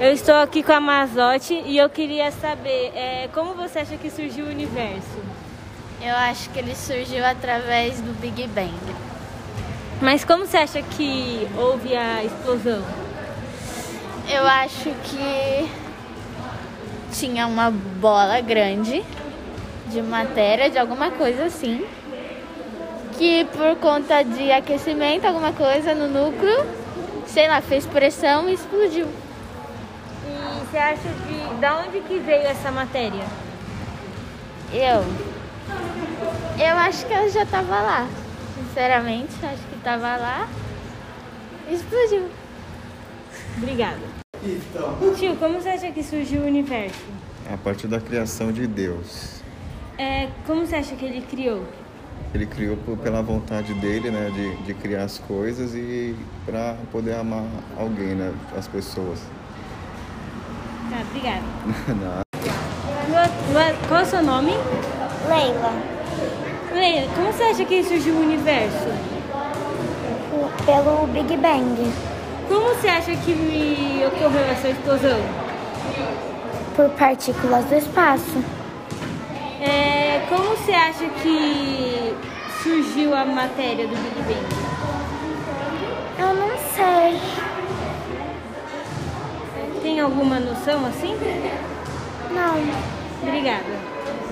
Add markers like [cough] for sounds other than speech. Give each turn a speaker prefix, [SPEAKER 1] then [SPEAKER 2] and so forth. [SPEAKER 1] Eu estou aqui com a Mazote e eu queria saber é, como você acha que surgiu o universo?
[SPEAKER 2] Eu acho que ele surgiu através do Big Bang.
[SPEAKER 1] Mas como você acha que houve a explosão?
[SPEAKER 2] Eu acho que tinha uma bola grande de matéria, de alguma coisa assim, que por conta de aquecimento, alguma coisa no núcleo, sei lá, fez pressão e explodiu.
[SPEAKER 1] E você acha de, da onde que veio essa matéria?
[SPEAKER 2] Eu. Eu acho que ela já tava lá. Sinceramente, acho que tava lá. Explodiu.
[SPEAKER 1] Obrigada. Tio, como você acha que surgiu o universo?
[SPEAKER 3] A partir da criação de Deus.
[SPEAKER 1] É, como você acha que ele criou?
[SPEAKER 3] Ele criou por- pela vontade dele, né? De, de criar as coisas e para poder amar alguém, né? As pessoas. [laughs]
[SPEAKER 1] Tá, obrigada.
[SPEAKER 3] Não.
[SPEAKER 1] Lua- Lua- Qual é o seu nome?
[SPEAKER 4] Leila,
[SPEAKER 1] Leila, como você acha que surgiu o universo?
[SPEAKER 4] o- pelo Big Bang,
[SPEAKER 1] Como você acha que me ocorreu essa explosão?
[SPEAKER 4] por partículas do espaço,
[SPEAKER 1] É, como você acha que surgiu a matéria do Big Bang?
[SPEAKER 4] eu não sei.
[SPEAKER 1] Tem alguma noção assim?
[SPEAKER 4] Não,
[SPEAKER 1] Obrigada.